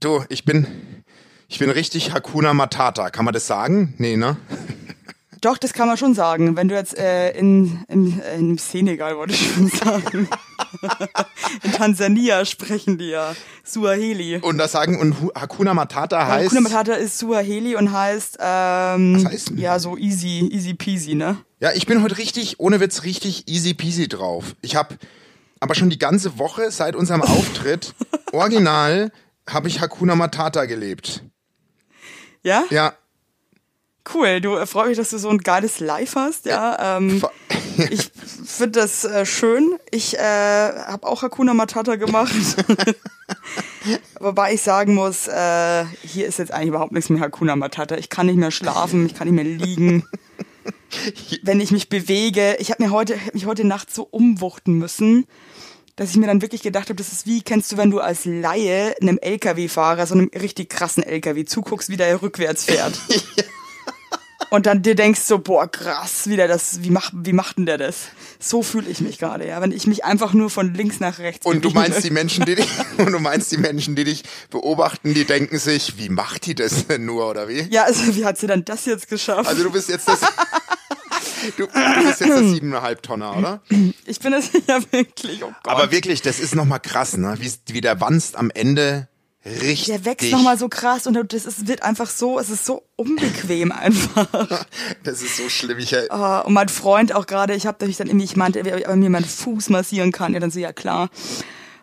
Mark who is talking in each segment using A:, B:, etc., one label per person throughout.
A: du, ich bin, ich bin richtig Hakuna Matata. Kann man das sagen? Nee, ne?
B: Doch, das kann man schon sagen. Wenn du jetzt äh, in, in, in Senegal, wollte ich schon sagen. in Tansania sprechen die ja Suaheli.
A: Und das sagen, und Hu- Hakuna Matata heißt.
B: Hakuna Matata ist Suaheli und heißt, ähm,
A: Was heißt denn?
B: ja, so easy, easy peasy, ne?
A: Ja, ich bin heute richtig, ohne Witz, richtig easy peasy drauf. Ich hab aber schon die ganze Woche seit unserem Auftritt, original, habe ich Hakuna Matata gelebt.
B: Ja?
A: Ja,
B: Cool, du äh, freut mich, dass du so ein geiles Live hast, ja. Ähm,
A: fa-
B: ich finde das äh, schön. Ich äh, habe auch Hakuna Matata gemacht. Wobei ich sagen muss, äh, hier ist jetzt eigentlich überhaupt nichts mehr Hakuna Matata. Ich kann nicht mehr schlafen, ich kann nicht mehr liegen. Wenn ich mich bewege, ich habe mir heute hab mich heute Nacht so umwuchten müssen, dass ich mir dann wirklich gedacht habe, das ist wie kennst du, wenn du als Laie einem LKW-Fahrer, so einem richtig krassen LKW zuguckst, wie der rückwärts fährt. Und dann dir denkst so, boah, krass, wie der das, wie macht, wie macht denn der das? So fühle ich mich gerade, ja. Wenn ich mich einfach nur von links nach rechts
A: und du
B: bewege.
A: meinst die Menschen, die dich, und du meinst die Menschen, die dich beobachten, die denken sich, wie macht die das denn nur, oder wie?
B: Ja, also wie hat sie dann das jetzt geschafft?
A: Also du bist jetzt das. Du, du bist jetzt das siebeneinhalb Tonner, oder?
B: ich bin das ja wirklich, oh Gott.
A: Aber wirklich, das ist nochmal krass, ne? Wie, wie der Wanst am Ende richtig.
B: der wächst nochmal so krass und das ist, wird einfach so, es ist so unbequem einfach.
A: Das ist so schlimm. Ich, äh,
B: Ah, und mein Freund auch gerade, ich habe mich dann irgendwie, ich meinte, ob er mir meinen Fuß massieren kann. Ja, dann so, ja klar.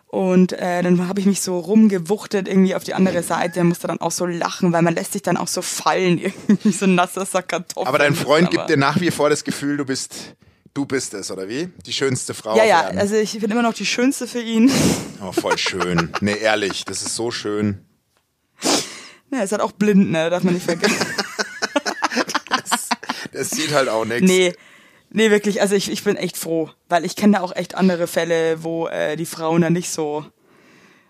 B: Und äh, dann habe ich mich so rumgewuchtet irgendwie auf die andere Seite. Er musste dann auch so lachen, weil man lässt sich dann auch so fallen, irgendwie so ein nasser Sack Kartoffeln.
A: aber dein Freund gibt
B: Aber-
A: dir nach wie vor das Gefühl, du bist, du bist es, oder wie? Die schönste Frau.
B: Ja,
A: auf
B: ja,
A: Erden.
B: also ich bin immer noch die Schönste für ihn.
A: oh, voll schön. Nee, ehrlich, das ist so schön.
B: Ja, ist halt auch blind, ne? Darf man nicht vergessen.
A: Das sieht halt auch nichts.
B: Nee, nee, wirklich. Also ich, ich bin echt froh, weil ich kenne da auch echt andere Fälle, wo äh, die Frauen dann nicht so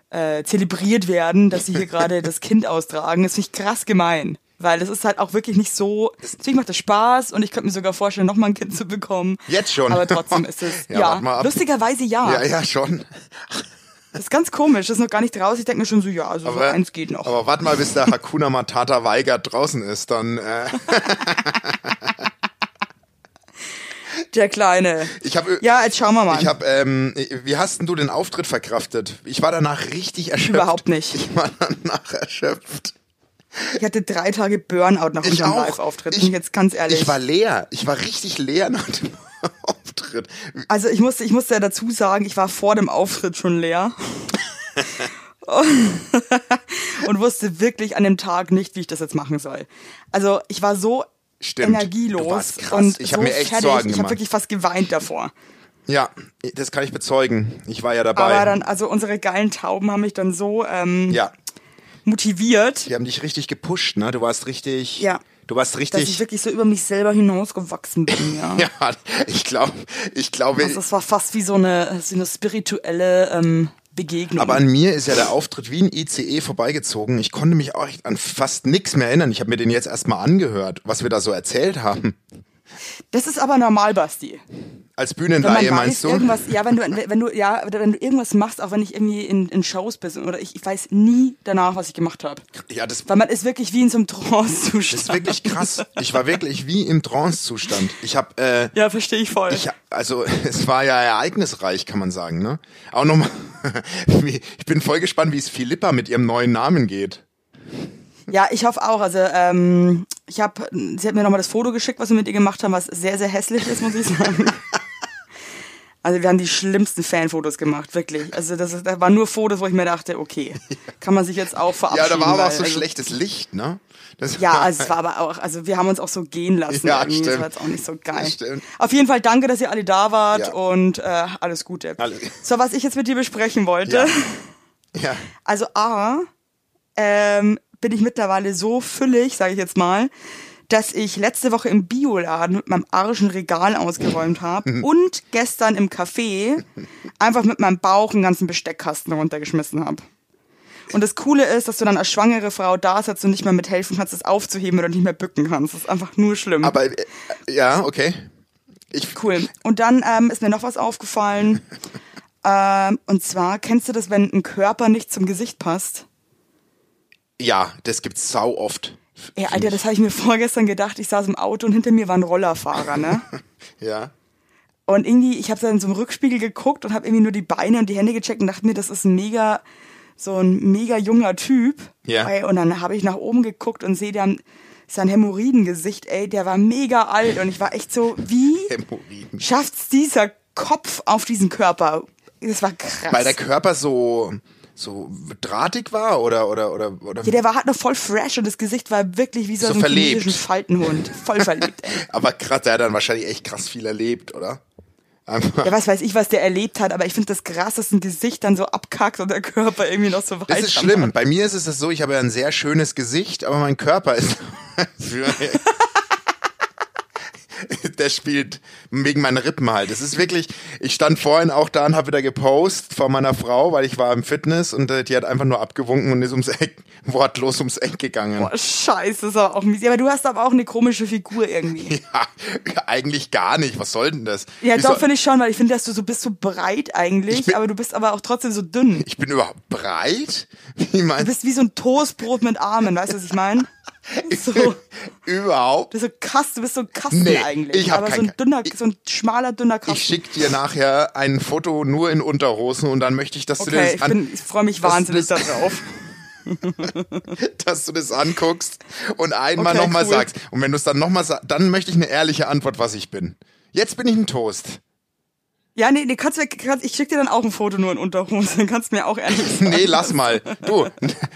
B: äh, zelebriert werden, dass sie hier gerade das Kind austragen. Das finde ich krass gemein. Weil das ist halt auch wirklich nicht so. Natürlich macht das Spaß und ich könnte mir sogar vorstellen, nochmal ein Kind zu bekommen.
A: Jetzt schon.
B: Aber trotzdem ist es.
A: Ja,
B: ja,
A: warte mal ab.
B: lustigerweise ja.
A: Ja, ja, schon.
B: Das ist ganz komisch. Das ist noch gar nicht raus. Ich denke mir schon so, ja, also so eins geht noch.
A: Aber warte mal, bis der Hakuna Matata Weigert draußen ist, dann. Äh,
B: Der Kleine.
A: ich habe
B: Ja, jetzt schauen wir mal.
A: Ich habe, ähm, wie hast denn du den Auftritt verkraftet? Ich war danach richtig erschöpft.
B: Überhaupt nicht.
A: Ich war danach erschöpft.
B: Ich hatte drei Tage Burnout nach unserem Live-Auftritt. Bin ich jetzt ganz ehrlich.
A: Ich war leer. Ich war richtig leer nach dem Auftritt.
B: Also ich musste, ich musste ja dazu sagen, ich war vor dem Auftritt schon leer. und wusste wirklich an dem Tag nicht, wie ich das jetzt machen soll. Also ich war so
A: Stimmt. Du
B: energielos
A: warst krass.
B: und
A: Ich
B: so
A: hab mir echt
B: fertig.
A: Sorgen
B: ich
A: gemacht.
B: habe wirklich fast geweint davor.
A: Ja, das kann ich bezeugen. Ich war ja dabei.
B: Aber dann, also unsere geilen Tauben haben mich dann so ähm,
A: ja,
B: motiviert,
A: die haben dich richtig gepusht, ne? Du warst richtig.
B: Ja.
A: Du warst
B: dass ich
A: richtig.
B: wirklich so über mich selber hinausgewachsen bin. Ja.
A: ja, ich glaube, ich glaube,
B: Also es war fast wie so eine, so eine spirituelle ähm, Begegnung.
A: Aber an mir ist ja der Auftritt wie ein ICE vorbeigezogen. Ich konnte mich auch echt an fast nichts mehr erinnern. Ich habe mir den jetzt erstmal angehört, was wir da so erzählt haben.
B: das ist aber normal, Basti.
A: Als
B: Wenn man
A: Bühnenlaie
B: weiß,
A: meinst du?
B: irgendwas, ja, wenn du, wenn du, ja, wenn du irgendwas machst, auch wenn ich irgendwie in, in Shows bin oder ich, ich weiß nie danach, was ich gemacht habe.
A: Ja, das,
B: Weil man ist wirklich wie in so einem
A: das
B: Trance-Zustand.
A: ist wirklich krass. Ich war wirklich wie im Trance-Zustand. Ich habe, äh,
B: Ja, verstehe ich voll.
A: ich, hab- also es war ja ereignisreich, kann man sagen. Ne? Auch nochmal, wie- ich bin voll gespannt, wie es Philippa mit ihrem neuen Namen geht.
B: ja, ich hoffe auch. Also, ähm, ich habe, sie hat mir nochmal das Foto geschickt, was wir mit ihr gemacht haben, was sehr, sehr hässlich ist, muss ich sagen. Also wir haben die schlimmsten Fanfotos gemacht, wirklich. Also das, ist, da waren nur Fotos, wo ich mir dachte, okay, kann man sich jetzt auch
A: Ja, da
B: verabschieden.
A: war aber auch
B: weil,
A: so
B: also,
A: schlechtes Licht, ne? Das
B: Ja, also es war aber auch, also wir haben uns auch so gehen lassen.
A: Ja,
B: irgendwie. Das
A: stimmt.
B: war jetzt auch nicht so geil.
A: Stimmt.
B: Auf jeden Fall danke, dass ihr alle da wart
A: Ja.
B: und äh, alles Gute.
A: Alles-
B: So, was ich jetzt mit dir besprechen wollte.
A: Ja. ja.
B: Also A, ähm, bin ich mittlerweile so füllig, sage ich jetzt mal, dass ich letzte Woche im Bioladen mit meinem arischen Regal ausgeräumt habe und gestern im Café einfach mit meinem Bauch einen ganzen Besteckkasten runtergeschmissen habe. Und das Coole ist, dass du dann als schwangere Frau da sitzt und nicht mehr mithelfen kannst, es aufzuheben oder nicht mehr bücken kannst. Das ist einfach nur schlimm.
A: Aber äh, ja, okay. Ich,
B: Cool. Und dann ähm, ist mir noch was aufgefallen. ähm, und zwar, kennst du das, wenn ein Körper nicht zum Gesicht passt?
A: Ja, das gibt's sau oft.
B: Ey, Alter, das habe ich mir vorgestern gedacht. Ich saß im Auto und hinter mir war ein Rollerfahrer, ne?
A: Ja.
B: Und irgendwie, ich habe dann so im Rückspiegel geguckt und habe irgendwie nur die Beine und die Hände gecheckt und dachte mir, das ist ein mega, so ein mega junger Typ.
A: Ja.
B: Ey, und dann habe ich nach oben geguckt und sehe dann sein Hämorrhoidengesicht, ey, der war mega alt und ich war echt so, wie
A: Hämorrhoiden.
B: schafft's dieser Kopf auf diesen Körper? Das war krass.
A: Weil der Körper so, so drahtig war oder, oder, oder, oder.
B: ja, der war halt noch voll fresh und das Gesicht war wirklich wie so,
A: So
B: ein
A: verlebt.
B: chinesischen Faltenhund. Voll verliebt.
A: aber krass, der hat dann wahrscheinlich echt krass viel erlebt, oder?
B: Ja, was weiß ich, was der erlebt hat, aber ich finde das krass, dass ein Gesicht dann so abkackt und der Körper irgendwie noch so weit
A: Das ist
B: am-
A: schlimm. Bei mir ist es das so, ich habe ja ein sehr schönes Gesicht, aber mein Körper ist. für- Der spielt wegen meinen Rippen halt. Es ist wirklich, ich stand vorhin auch da und habe wieder gepostet vor meiner Frau, weil ich war im Fitness und äh, die hat einfach nur abgewunken und ist ums Eck, wortlos ums Eck gegangen.
B: Boah, scheiße, ist aber auch mies. Ja, aber du hast aber auch eine komische Figur irgendwie.
A: Ja, eigentlich gar nicht. Was soll denn das?
B: Ja,
A: Wie
B: doch,
A: soll-
B: finde ich schon, weil ich finde, dass du so bist so breit
A: Ich
B: eigentlich,
A: bin-
B: aber du bist aber auch trotzdem so dünn.
A: ich bin überhaupt breit? Wie
B: Du
A: meinst
B: bist wie so ein Toastbrot mit Armen, weißt du, was ich meine? So, du
A: überhaupt?
B: bist so Kasten, du bist so ein Kasten
A: Nee,
B: eigentlich.
A: ich hab
B: aber so
A: kein-
B: ein dünner,
A: ich-
B: so ein schmaler, dünner Kasten.
A: Ich schick dir nachher ein Foto nur in Unterhosen und dann möchte ich, dass du dir
B: okay,
A: das
B: ich,
A: an
B: bin- ich freue mich
A: das-
B: wahnsinnig
A: das-
B: darauf.
A: dass du das anguckst und einmal
B: Okay,
A: nochmal
B: cool.
A: sagst. Und wenn du es dann nochmal sagst, dann möchte ich eine ehrliche Antwort, was ich bin. Jetzt bin ich ein Toast.
B: Ja, nee, nee kannst, du- kannst, ich schicke dir dann auch ein Foto nur in Unterhose, dann kannst du mir auch ehrlich sagen.
A: Nee, lass mal. Du,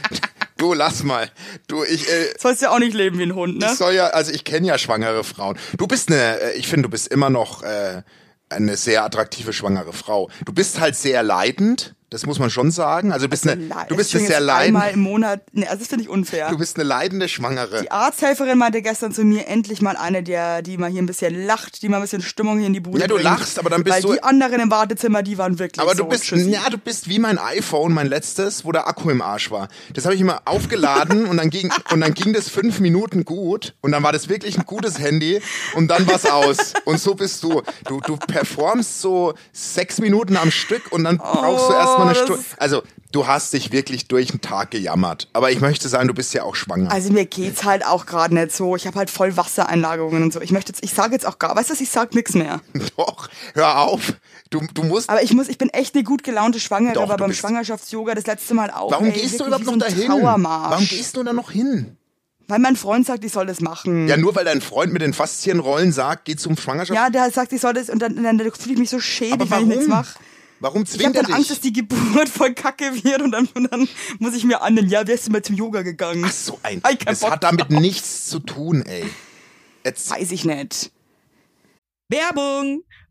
A: du, lass mal. Du, ich, äh,
B: Sollst ja auch nicht leben wie ein Hund, ne?
A: ich soll ja, also ich kenne ja schwangere Frauen. Du bist eine, äh, ich finde, du bist immer noch äh, eine sehr attraktive schwangere Frau. Du bist halt sehr leidend, das muss man schon sagen. Also du bist eine,
B: Le-
A: du bist
B: ich
A: eine
B: trinke
A: sehr
B: jetzt Einmal
A: leidende,
B: im Monat. Nee, also das finde ich unfair.
A: du bist eine leidende Schwangere.
B: die Arzthelferin meinte gestern zu mir, endlich mal eine, der, die mal hier ein bisschen lacht, die mal ein bisschen Stimmung hier in die Bude
A: Ja, du
B: bringt.
A: lachst, aber dann bist
B: Weil
A: du-
B: Die anderen im Wartezimmer, die waren wirklich
A: Aber
B: so
A: du bist,
B: tschüssi.
A: ja, du bist wie mein iPhone, mein letztes, wo der Akku im Arsch war. Das habe ich immer aufgeladen und dann ging und dann ging das fünf Minuten gut und dann war das wirklich ein gutes Handy und dann war's aus. Und so bist du. Du, du performst so sechs Minuten am Stück und dann brauchst du erstmal eine
B: Oh, das
A: Stunde. Also du hast dich wirklich durch den Tag gejammert. Aber ich möchte sagen, du bist ja auch schwanger.
B: Also mir geht's halt auch gerade nicht so. Ich habe halt voll Wassereinlagerungen und so. Ich möchte jetzt, ich sage jetzt auch gar, weißt du, was, ich sag nix mehr.
A: Doch, hör auf. Du, du musst.
B: Aber ich muss, ich bin echt eine gut gelaunte Schwangere,
A: Doch,
B: aber
A: du
B: beim
A: bist-
B: Schwangerschafts-Yoga das letzte Mal auch.
A: Warum
B: ey,
A: gehst du
B: wirklich
A: überhaupt
B: wie
A: noch
B: so ein
A: dahin?
B: Trauermarsch.
A: Warum gehst du da noch hin?
B: Weil mein Freund sagt, ich soll das machen.
A: Ja, nur weil dein Freund mit den Faszienrollen sagt, geh zum Schwangerschafts
B: Mhm. Ja, der sagt, ich soll das und dann, dann fühle ich mich so schäbig,
A: Aber
B: wenn ich
A: warum?
B: nichts mache.
A: Warum
B: Ich habe
A: zwingt er
B: dann
A: dich?
B: Angst, dass die Geburt voll kacke wird und dann, und dann muss ich mir annehmen, ja, wärst du mal zum Yoga gegangen.
A: Ach so ein.
B: Hab ich keinen
A: Das
B: Bock
A: hat damit nichts zu tun, ey. Jetzt,
B: Weiß ich nicht.
C: Werbung!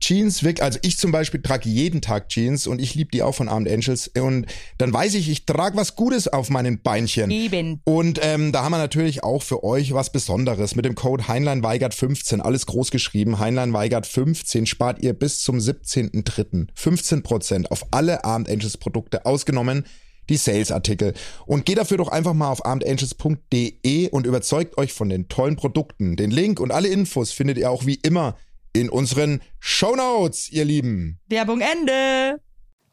D: Jeans wirklich, also ich zum Beispiel trage jeden Tag Jeans und ich liebe die auch von Armed Angels. Und dann weiß ich, ich trage was Gutes auf meinen Beinchen.
C: Eben.
D: Und ähm, da haben wir natürlich auch für euch was Besonderes. Mit dem Code HeinleinWeigert15, alles groß geschrieben, HeinleinWeigert15 spart ihr bis zum 17.03. 15% auf alle Armed Angels Produkte, ausgenommen die Sales-Artikel. Und geht dafür doch einfach mal auf armedangels.de und überzeugt euch von den tollen Produkten. Den Link und alle Infos findet ihr auch wie immer in unseren Shownotes, ihr Lieben.
C: Werbung Ende.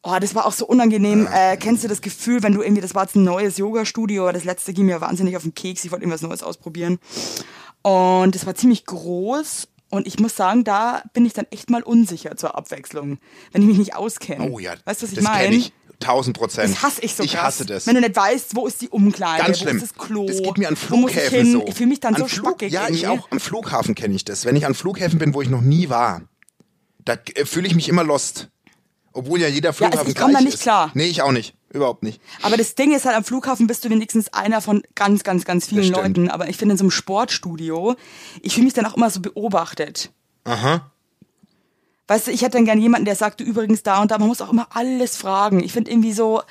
B: Oh, das war auch so unangenehm. Äh, kennst du das Gefühl, wenn du irgendwie, das war jetzt ein neues Yoga-Studio, aber das letzte ging mir wahnsinnig auf den Keks, ich wollte irgendwas Neues ausprobieren. Und das war ziemlich groß und ich muss sagen, da bin ich dann echt mal unsicher zur Abwechslung, wenn ich mich nicht auskenne.
A: oh ja,
B: weißt du, was ich
A: das
B: meine?
A: kenne ich. 1000 Prozent.
B: Das hasse ich so
A: Ich
B: krass.
A: hasse das.
B: Wenn du nicht weißt, wo ist die Umkleide,
A: Ganz
B: wo
A: schlimm.
B: ist das Klo.
A: Das geht mir an
B: wo muss ich
A: Flughäfen
B: hin?
A: so.
B: Ich fühle mich dann
A: an
B: so
A: Flug-
B: spackig.
A: Ja, ich
B: irgendwie.
A: auch. Am Flughafen kenne ich das. Wenn ich an Flughäfen bin, wo ich noch nie war, Da äh, fühle ich mich immer lost. Obwohl ja jeder Flughafen
B: also ich
A: gleich
B: komm da nicht
A: ist.
B: klar.
A: Nee, ich auch nicht. Überhaupt nicht.
B: Aber das Ding ist halt, am Flughafen bist du wenigstens einer von ganz, ganz, ganz vielen
A: Das stimmt.
B: Leuten. Aber ich finde in so einem Sportstudio, ich fühle mich dann auch immer so beobachtet.
A: Aha.
B: Weißt du, ich hätte dann gerne jemanden, der sagt, du übrigens da und da, man muss auch immer alles fragen. Ich finde irgendwie so,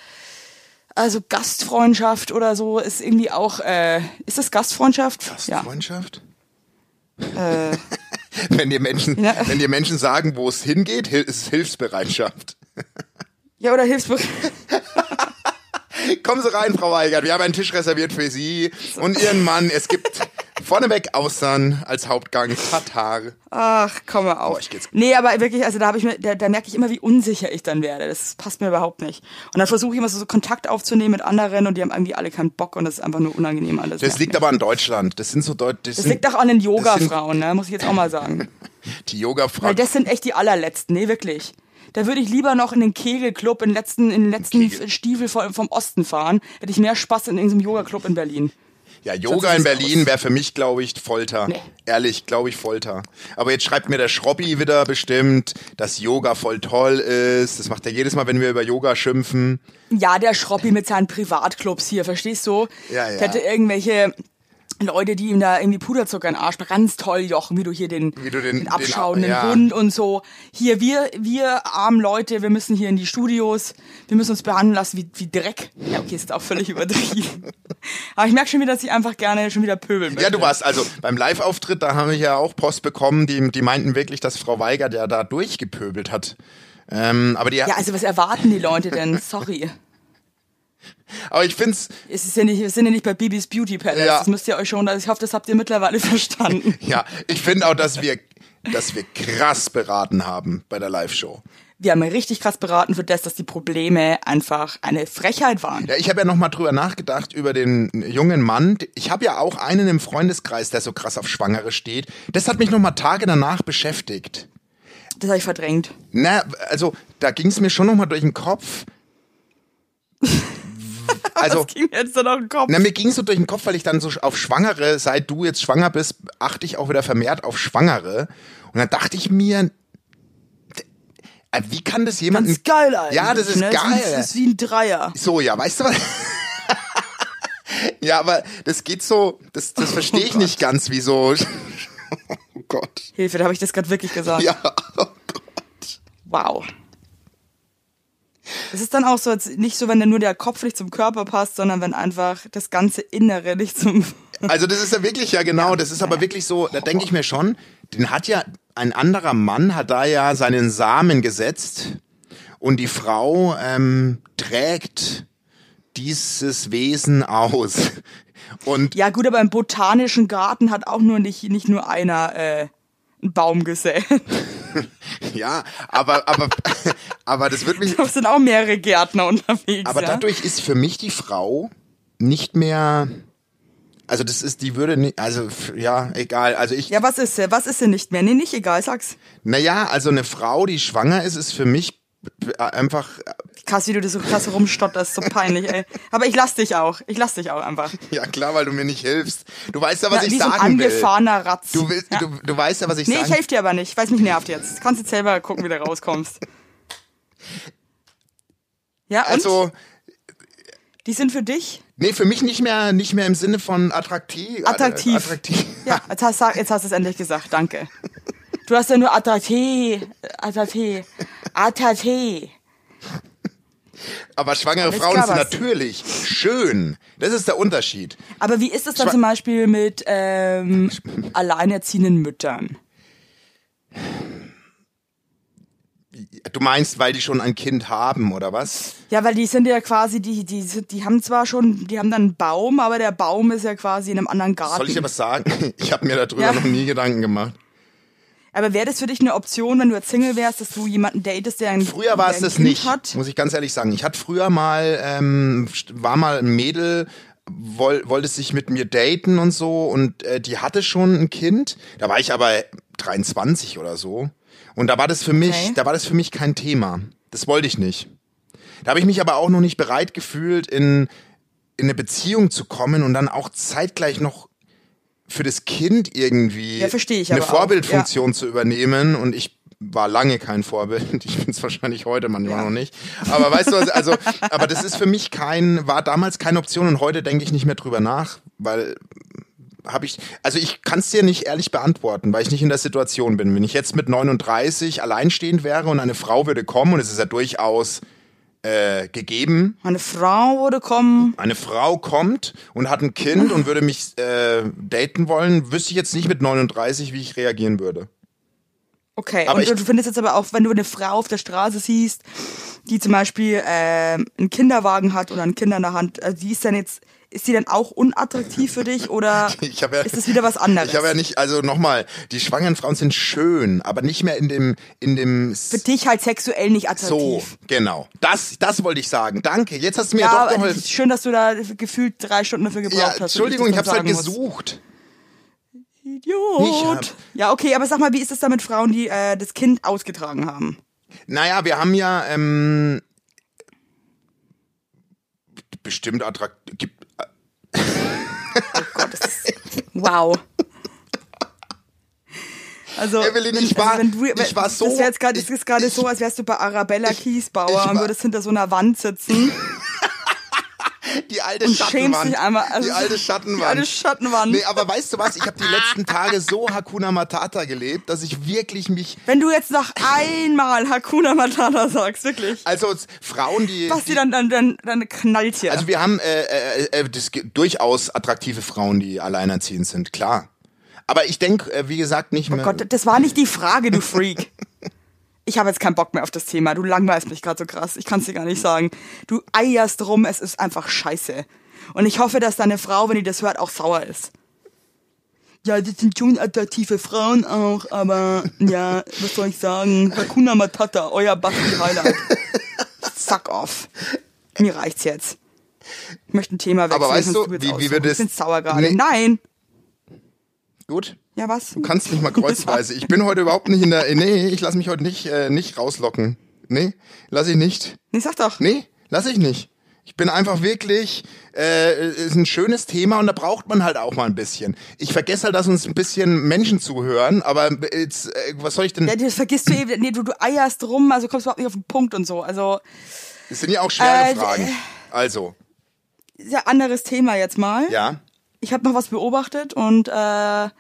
B: also Gastfreundschaft oder so ist irgendwie auch, äh, ist das Gastfreundschaft?
A: Hast
B: Ja. Äh.
A: du Freundschaft? wenn, dir Menschen,
B: Ja.
A: wenn dir Menschen sagen, wo es hingeht, hil- ist es Hilfsbereitschaft.
B: ja, oder Hilfsberuf.
A: Kommen Sie rein, Frau Weigert. Wir haben einen Tisch reserviert für Sie und Ihren Mann. Es gibt vorneweg Austern als Hauptgang Tatar.
B: Ach, komm mal
A: Boah,
B: auf.
A: ich geht's-
B: Nee, aber wirklich, also da habe ich mir, da, da merke ich immer, wie unsicher ich dann werde. Das passt mir überhaupt nicht. Und dann versuche ich immer so, so Kontakt aufzunehmen mit anderen und die haben irgendwie alle keinen Bock und das ist einfach nur unangenehm alles.
A: Das liegt aber an Deutschland. Das sind so Deut das
B: das
A: sind
B: liegt auch an den
A: das sind-
B: Yoga-Frauen, ne? muss ich jetzt auch mal sagen.
A: die
B: Weil
A: Yoga-Fragen.
B: das sind echt die allerletzten, nee, wirklich. Da würde ich lieber noch in den Kegelclub, in den letzten, in den letzten
A: Kegel.
B: Stiefel vom, vom Osten fahren. Hätte ich mehr Spaß in irgendeinem Yoga-Club in Berlin.
A: Ja, Yoga in
B: Sonst ist es
A: Berlin
B: aus.
A: wäre für mich, glaube ich, Folter.
B: Nee.
A: Ehrlich, glaube ich, Folter. Aber jetzt schreibt mir der Schrobbi wieder bestimmt, dass Yoga voll toll ist. Das macht er jedes Mal, wenn wir über Yoga schimpfen.
B: Ja, der Schroppi mit seinen Privatclubs hier, verstehst du?
A: Ja, ja.
B: Der hatte irgendwelche Leute, die ihm da irgendwie Puderzucker in den Arsch, ganz toll, Jochen, wie du hier den,
A: Wie du den- den-
B: abschauenden
A: ja.
B: Hund und so. Hier, wir, wir armen Leute, wir müssen hier in die Studios, wir müssen uns behandeln lassen wie, wie Dreck. Ja, okay, ist auch völlig übertrieben. Aber ich merke schon wieder, dass ich einfach gerne schon wieder pöbeln möchte.
A: Ja, du warst also beim Live-Auftritt, da haben wir ja auch Post bekommen, die, die meinten wirklich, dass Frau Weigert ja da durchgepöbelt hat. Ähm, aber, die,
B: Ja, also was erwarten die Leute denn? Sorry.
A: aber ich find's,
B: Es ist ja nicht, wir sind ja nicht bei Bibis Beauty Palace.
A: Ja.
B: Das müsst ihr euch schon, also ich hoffe, das habt ihr mittlerweile verstanden.
A: ja, ich finde auch, dass wir, dass wir krass beraten haben bei der Live-Show.
B: wir haben richtig krass beraten für das, dass die Probleme einfach eine Frechheit waren.
A: Ja, ich habe ja nochmal drüber nachgedacht über den jungen Mann. Ich habe ja auch einen im Freundeskreis, der so krass auf Schwangere steht. Das hat mich nochmal Tage danach beschäftigt.
B: Das habe ich verdrängt.
A: Na, also da ging es mir schon nochmal durch den Kopf. Also,
B: Das ging mir jetzt so noch im Kopf.
A: na, mir ging es so durch den Kopf, weil ich dann so auf Schwangere, seit du jetzt schwanger bist, achte ich auch wieder vermehrt auf Schwangere. Und dann dachte ich mir, d- äh, wie kann das jemanden...
B: Das ist geil, Alter.
A: Ja, das ist
B: ne?
A: geil.
B: Das ist wie ein Dreier.
A: So, ja, weißt du was? ja, aber das geht so, das, das verstehe ich nicht ganz, wieso. oh Gott.
B: Hilfe, da habe ich das gerade wirklich gesagt.
A: Ja.
B: Wow. Es ist dann auch so, als- nicht so, wenn dann nur der Kopf nicht zum Körper passt, sondern wenn einfach das ganze Innere nicht zum...
A: Also das ist ja wirklich, ja genau, das ist aber wirklich so, da denke ich mir schon, den hat ja, ein anderer Mann hat da ja seinen Samen gesetzt und die Frau ähm, trägt dieses Wesen aus. Und
B: Ja gut, aber im botanischen Garten hat auch nur nicht, nicht nur einer äh, einen Baum gesät.
A: ja, aber, aber, aber das wird mich,
B: Da sind auch mehrere Gärtner unterwegs.
A: Aber
B: ja?
A: dadurch ist für mich die Frau nicht mehr. Also das ist, die würde nicht, also f- ja, egal. Also ich,
B: Ja, was ist sie? Was ist sie nicht mehr? Nee, nicht egal, sag's.
A: naja, also eine Frau, die schwanger ist, ist für mich äh, einfach,
B: Krass, wie du das so krass rumstotterst, so peinlich, ey. Aber ich lass dich auch. Ich lass dich auch einfach.
A: ja klar, weil du mir nicht hilfst. Du weißt ja, was
B: Na,
A: ich
B: wie so ein
A: sagen will.
B: angefahrener Ratz.
A: Du, willst,
B: ja.
A: du, du weißt ja, was ich
B: Nee, ich
A: sagen
B: helf dir aber nicht. Ich weiß, mich nervt jetzt. Kannst jetzt selber gucken, wie du rauskommst. Ja, und?
A: Also,
B: die sind für dich
A: nee, für mich nicht mehr, nicht mehr im Sinne von attraktiv. äh,
B: attraktiv.
A: attraktiv.
B: Ja, jetzt hast, sag- jetzt hast du es endlich gesagt. Danke. Du hast ja nur attraktiv. Attraktiv. Attraktiv.
A: Aber schwangere
B: Alles
A: Frauen
B: klar,
A: sind
B: was-
A: natürlich schön. Das ist der Unterschied.
B: Aber wie ist es dann
A: Schwa-
B: zum Beispiel mit ähm, alleinerziehenden Müttern?
A: Du meinst, weil die schon ein Kind haben, oder was?
B: Ja, weil die sind ja quasi, die, die, sind- die haben zwar schon, die haben dann einen Baum, aber der Baum ist ja quasi in einem anderen Garten.
A: Soll ich dir was sagen? Ich habe mir darüber
B: Ja.
A: noch nie Gedanken gemacht.
B: aber wäre das für dich eine Option, wenn du jetzt Single wärst, dass du jemanden datest, der einen
A: Früher war es das
B: kind
A: nicht,
B: Hat?
A: muss ich ganz ehrlich sagen. Ich hatte früher mal, ähm, war mal ein Mädel, woll, wollte sich mit mir daten und so und äh, die hatte schon ein Kind. Da war ich aber 23 oder so. Und da war das für mich,
B: Okay.
A: da war das für mich kein Thema. Das wollte ich nicht. Da habe ich mich aber auch noch nicht bereit gefühlt, in, in eine Beziehung zu kommen und dann auch zeitgleich noch für das Kind irgendwie
B: Ja, verstehe ich
A: eine
B: aber auch,
A: Vorbildfunktion zu übernehmen. Und ich war lange kein Vorbild. Ich bin es wahrscheinlich heute manchmal noch nicht. Aber weißt du, also, also, aber das ist für mich kein, war damals keine Option und heute denke ich nicht mehr drüber nach, weil habe ich, also ich kann es dir nicht ehrlich beantworten, weil ich nicht in der Situation bin. Wenn ich jetzt mit 39 alleinstehend wäre und eine Frau würde kommen, und es ist ja durchaus äh, gegeben,
B: Meine Frau würde kommen.
A: eine Frau kommt und hat ein Kind und würde mich äh, daten wollen, wüsste ich jetzt nicht mit 39, wie ich reagieren würde.
B: Okay,
A: Aber
B: und
A: ich-
B: du findest jetzt aber auch, wenn du eine Frau auf der Straße siehst, die zum Beispiel ähm, einen Kinderwagen hat oder ein Kind in der Hand, also die ist dann jetzt, ist die dann auch unattraktiv für dich oder
A: Ich hab ja,
B: ist es wieder was anderes?
A: Ich habe ja nicht, also nochmal, die schwangeren Frauen sind schön, aber nicht mehr in dem, in dem
B: für dich halt sexuell nicht
A: so,
B: attraktiv.
A: genau. Das, das wollte ich sagen. Danke. Jetzt hast du mir
B: Ja,
A: doch
B: aber
A: geholfen.
B: schön, dass du da gefühlt drei Stunden dafür gebraucht
A: Ja,
B: hast.
A: Entschuldigung, ich
B: dass
A: habe
B: du
A: es halt
B: das sagen musst.
A: gesucht. Ich
B: Idiot.
A: hab-
B: Ja, okay, aber sag mal, wie ist es da mit Frauen, die äh, das Kind ausgetragen haben? Oh
A: Naja, wir haben ja ähm, bestimmt attraktiv. Gibt,
B: Gott, das ist, wow. Also,
A: Evelyn, ich
B: wenn-
A: war-
B: wenn
A: ich war so-
B: Das wär jetzt grad, das
A: ich-
B: ist gerade so, als wärst du bei Arabella Kiesbauer
A: ich
B: und
A: war-
B: würdest hinter so einer Wand sitzen
A: die alte
B: und schämst
A: Schattenwand.
B: dich einmal. Also,
A: die alte
B: Die alte
A: Schattenwand.
B: Schattenwand.
A: Nee, aber weißt du was? Ich habe die letzten Tage so Hakuna Matata gelebt, dass ich wirklich mich
B: Wenn du jetzt noch einmal Hakuna Matata sagst, wirklich.
A: Also es- Frauen, die.
B: Was
A: die
B: dir dann, dann, dann, dann knallt hier.
A: also wir haben äh, äh, äh, das, gibt durchaus attraktive Frauen, die alleinerziehend sind, klar. Aber ich denke, äh, wie gesagt, nicht mehr.
B: Oh Gott, das war nicht die Frage, du Freak. Ich habe jetzt keinen Bock mehr auf das Thema. Du langweilst mich gerade so krass. Ich kann es dir gar nicht sagen. Du eierst rum, es ist einfach scheiße. Und ich hoffe, dass deine Frau, wenn die das hört, auch sauer ist. Ja, das sind schon attraktive Frauen auch, aber ja, was soll ich sagen? Hakuna Matata, euer Basti Highlight. Fuck off. Mir reicht's jetzt. Ich möchte ein Thema wechseln.
A: Aber weißt
B: sonst
A: du,
B: jetzt
A: wie- wie
B: aussuchen.
A: wird es-
B: Ich bin sauer gerade.
A: Nee.
B: Nein.
A: Gut.
B: Ja, was?
A: Du kannst nicht mal kreuzweise. Ich bin heute überhaupt nicht in der. Nee, ich lass mich heute nicht, äh, nicht rauslocken. Nee, lass ich nicht.
B: Nee, sag doch.
A: Nee, lass ich nicht. Ich bin einfach wirklich, äh, ist ein schönes Thema und da braucht man halt auch mal ein bisschen. Ich vergesse halt, dass uns ein bisschen Menschen zuhören, aber jetzt, äh, was soll ich denn?
B: Ja, das vergisst du eben, nee, du, du eierst rum, also kommst überhaupt nicht auf den Punkt und so. Also,
A: Das sind ja auch schwere
B: Äh,
A: Fragen. Also,
B: ist ja ein anderes Thema jetzt mal.
A: ja.
B: Ich habe noch was beobachtet und äh, da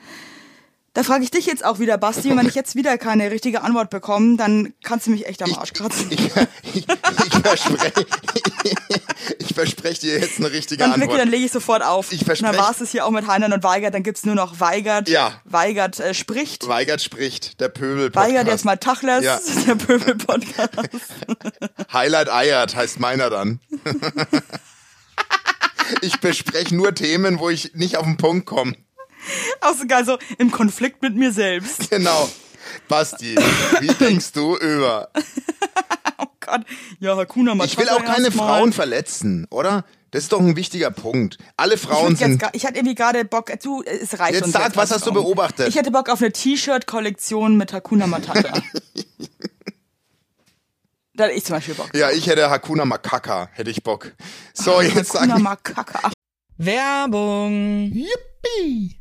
B: frage ich dich jetzt auch wieder, Basti, und wenn ich jetzt wieder keine richtige Antwort bekomme, dann kannst du mich echt am Arsch kratzen.
A: Ich, ich, ich verspreche ich verspreche dir jetzt eine richtige
B: Dann, wirklich,
A: Antwort.
B: dann lege ich sofort auf.
A: Ich
B: Und
A: verspreche-
B: Dann war es hier auch mit Heinlein und Weigert, dann gibt's nur noch Weigert.
A: Ja.
B: Weigert äh, spricht.
A: Weigert spricht, der Pöbel.
B: Weigert jetzt mal Tachles,
A: Ja.
B: der Pöbel-Podcast.
A: Highlight Eiert heißt meiner dann. ich bespreche nur Themen, wo ich nicht auf den Punkt komme.
B: Auch so geil, so im Konflikt mit mir selbst.
A: Genau. Basti, wie denkst du über?
B: Oh Gott. Ja, Hakuna Matata.
A: Ich will auch keine
B: erstmal.
A: Frauen verletzen, oder? Das ist doch ein wichtiger Punkt. Alle Frauen
B: Ich, jetzt
A: sind.
B: gar, ich hatte irgendwie gerade Bock, du, äh, es reicht
A: Jetzt
B: uns
A: sag, was
B: pass
A: hast du
B: auf.
A: beobachtet?
B: Ich hätte Bock auf eine T-Shirt-Kollektion mit Hakuna Matata. da hätte ich zum Beispiel Bock.
A: Ja, ich hätte Hakuna Makaka, hätte ich Bock. So, jetzt sag
B: Hakuna
A: ich.
B: Makaka.
C: Werbung.
E: Yippie!